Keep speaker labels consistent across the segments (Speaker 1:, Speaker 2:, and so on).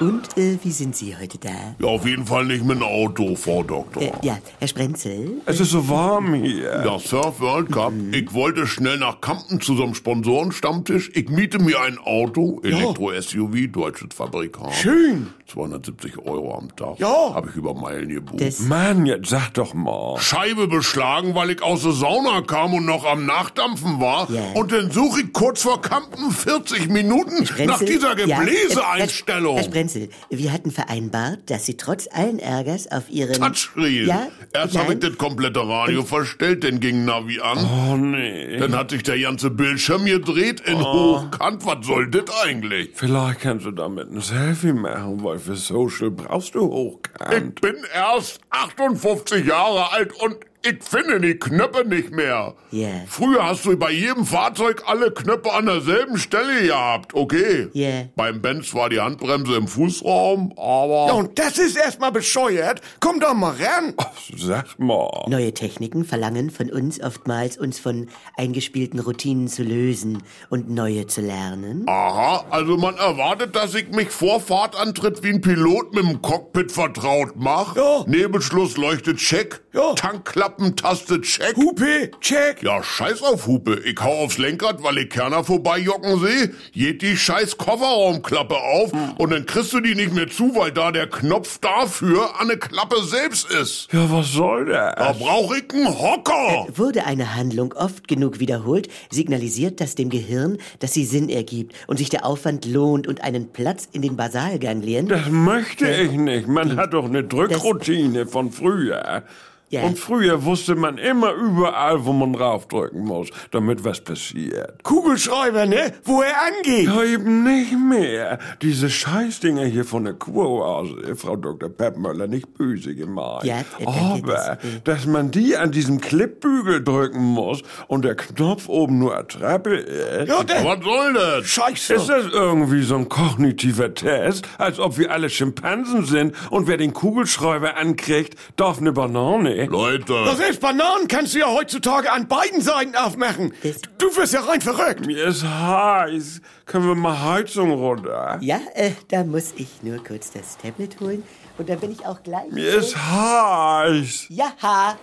Speaker 1: Und äh, wie sind Sie heute da?
Speaker 2: Ja, auf jeden Fall nicht mit dem Auto, Frau Doktor.
Speaker 1: Äh, ja, Herr Sprenzel?
Speaker 3: Es ist so warm hier.
Speaker 2: Ja, Surf World Cup.
Speaker 1: Mhm.
Speaker 2: Ich wollte schnell nach Kampen zu so einem Sponsorenstammtisch. Ich miete mir ein Auto, Elektro-SUV, deutsches Fabrikat.
Speaker 3: Schön.
Speaker 2: 270 Euro am Tag.
Speaker 3: Ja.
Speaker 2: Habe ich über Meilen gebucht.
Speaker 1: Das,
Speaker 3: Mann, jetzt sag doch mal.
Speaker 2: Scheibe beschlagen, weil ich aus der Sauna kam und noch am Nachdampfen war.
Speaker 1: Ja.
Speaker 2: Und dann suche ich kurz vor Kampen 40 Minuten
Speaker 1: Sprenzel?
Speaker 2: nach dieser
Speaker 1: Ja, äh,
Speaker 2: Gebläseeinstellung.
Speaker 1: Herr, Herr Sprenzel, wir hatten vereinbart, dass Sie trotz allen Ärgers auf Ihren...
Speaker 2: Touchscreen.
Speaker 1: Ja?
Speaker 2: Erst habe ich
Speaker 1: Nein?
Speaker 2: das komplette Radio verstellt, dann ging Navi an.
Speaker 3: Oh, nee.
Speaker 2: Dann hat sich der ganze Bildschirm gedreht in
Speaker 4: Ah.
Speaker 2: Hochkant. Was soll das eigentlich?
Speaker 3: Vielleicht kannst du damit ein Selfie machen, weil für Social brauchst du
Speaker 2: Ich
Speaker 3: Hochkant.
Speaker 2: bin erst 58 Jahre alt und ich finde die Knöpfe nicht mehr.
Speaker 1: Ja.
Speaker 2: Früher hast du bei jedem Fahrzeug alle Knöpfe an derselben Stelle gehabt, okay?
Speaker 1: Ja.
Speaker 2: Beim Benz war die Handbremse im Fußraum, aber...
Speaker 4: Und das ist erstmal bescheuert. Komm doch mal ran.
Speaker 3: Sag mal.
Speaker 1: Neue Techniken verlangen von uns oftmals, uns von eingespielten Routinen zu lösen und neue zu lernen.
Speaker 2: Aha, also man erwartet, dass ich mich vor Fahrtantritt wie ein Pilot mit dem Cockpit vertraut mache.
Speaker 4: Ja.
Speaker 2: Nebelschluss leuchtet check.
Speaker 4: Ja.
Speaker 2: Tankklappen tastet check.
Speaker 4: Hupe, check.
Speaker 2: Ja, scheiß auf Hupe. Ich hau aufs Lenkrad, weil ich Kerner vorbeijocken sehe. Geht die scheiß Kofferraumklappe auf und dann kriegst du die nicht mehr zu, weil da der Knopf dafür an der Klappe selbst ist.
Speaker 3: Ja, was soll
Speaker 2: Da
Speaker 3: das?
Speaker 2: brauch ich einen Hocker.
Speaker 1: Wurde eine Handlung oft genug wiederholt, signalisiert das dem Gehirn, dass sie Sinn ergibt und sich der Aufwand lohnt und einen Platz in den Basalganglien.
Speaker 3: Das möchte ich nicht. Man hat doch eine Drückroutine von früher.
Speaker 1: Ja.
Speaker 3: Und früher wusste man immer überall, wo man raufdrücken muss, damit was passiert.
Speaker 4: Kugelschreiber, ne? Wo er angeht.
Speaker 3: Ja, eben nicht mehr. Diese Scheißdinger hier von der Kuroase, Frau Dr. Peppmöller, nicht böse gemeint.
Speaker 1: Ja, äh, danke, das,
Speaker 3: Aber, dass man die an diesem Klippbügel drücken muss und der Knopf oben nur eine Treppe ist.
Speaker 4: Ja, das
Speaker 2: Was soll das?
Speaker 4: Scheiße.
Speaker 3: Ist das irgendwie so ein kognitiver Test? Als ob wir alle Schimpansen sind und wer den Kugelschreiber ankriegt, darf eine Banane?
Speaker 4: Doch
Speaker 2: Leute,
Speaker 4: selbst Bananen kannst du ja heutzutage an beiden Seiten aufmachen.
Speaker 1: Das-
Speaker 4: Du wirst ja rein verrückt.
Speaker 3: Mir ist heiß. Können wir mal Heizung runter?
Speaker 1: Ja, äh, da muss ich nur kurz das Tablet holen und dann bin ich auch gleich.
Speaker 3: Mir ist heiß.
Speaker 1: Ja, ha.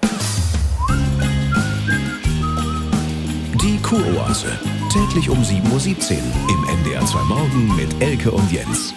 Speaker 5: Die Kuroase. Täglich um 7.17 Uhr im NDR 2 Morgen mit Elke und Jens.